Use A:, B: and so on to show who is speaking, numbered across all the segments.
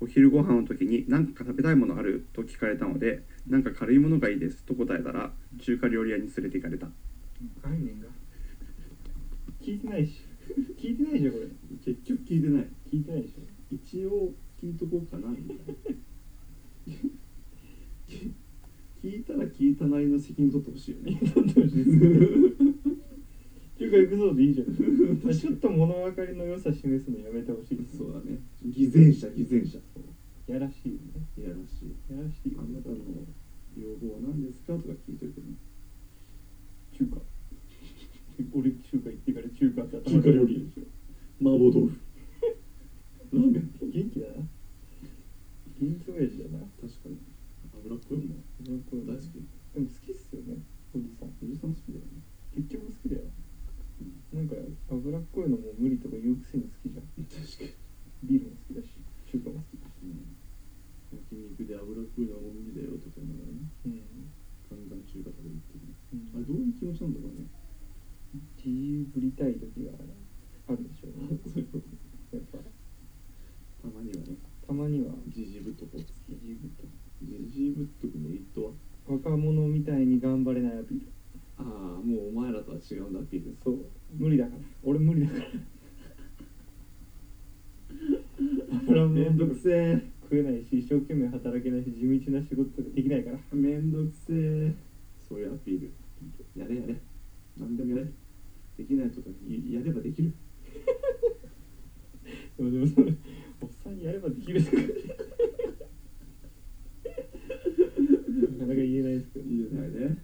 A: お昼ご飯の時に何か食べたいものあると聞かれたのでなんか軽いものがいいですと答えたら中華料理屋に連れて行かれた
B: 概念が聞いてないし聞いてないでしょこれ
A: 結局聞いてない
B: 聞いてないでしょ
A: 一応聞いとこうかなみたいな聞いたら聞いたなりの責任取ってほしいよね
B: だってほしいです ね中華行くぞでいいじゃんちょっと物分かりの良さ示すのやめてほしいです
A: そうだね偽善者偽善者
B: やらしいよね
A: いやらしい
B: やらしいよ
A: あなたの要望は何ですかとか聞いといてね
B: 中華俺中華行ってから中華って
A: 中華料理麻婆豆腐ラーメン
B: 元気だな元気親父だな
A: 確かに脂っこいもん
B: 大好
A: 大好
B: き
A: き
B: でも好きっすよねおじさん
A: おじさん好きだよね
B: 結局好きだよ
A: うん
B: なんか脂っこいのも無理とか言うくせに好きじゃん
A: 確かに
B: ビールも好きだし中華も好きだし
A: うん焼肉で脂っこいのはもう無理だよとか言いながらね
B: う
A: ガ
B: ん
A: ンガン中華食べるっていうねあ
B: う
A: れ
B: ん
A: どういう気持ちなんだろう ね
B: 自由ぶりたい時があるでしょうね
A: そういうこと
B: やっぱ
A: たまにはね
B: たまには
A: ジジぶっとこジ
B: 自由ぶり
A: ジぶっとくの一等は
B: 若者みたいに頑張れないアピール
A: ああもうお前らとは違うんだっていう
B: そう無理だから俺無理だから 油も
A: めんどくせえ
B: 食えないし一生懸命働けないし地道な仕事とかできないから
A: めんどくせえそういうアピールやれやれ何でもやれできないとかやればできる
B: でもでもそれおっさんにやればできるとかなかなか言えないですけど
A: 言えないね
B: 言えないね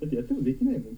B: だってやってもできないもん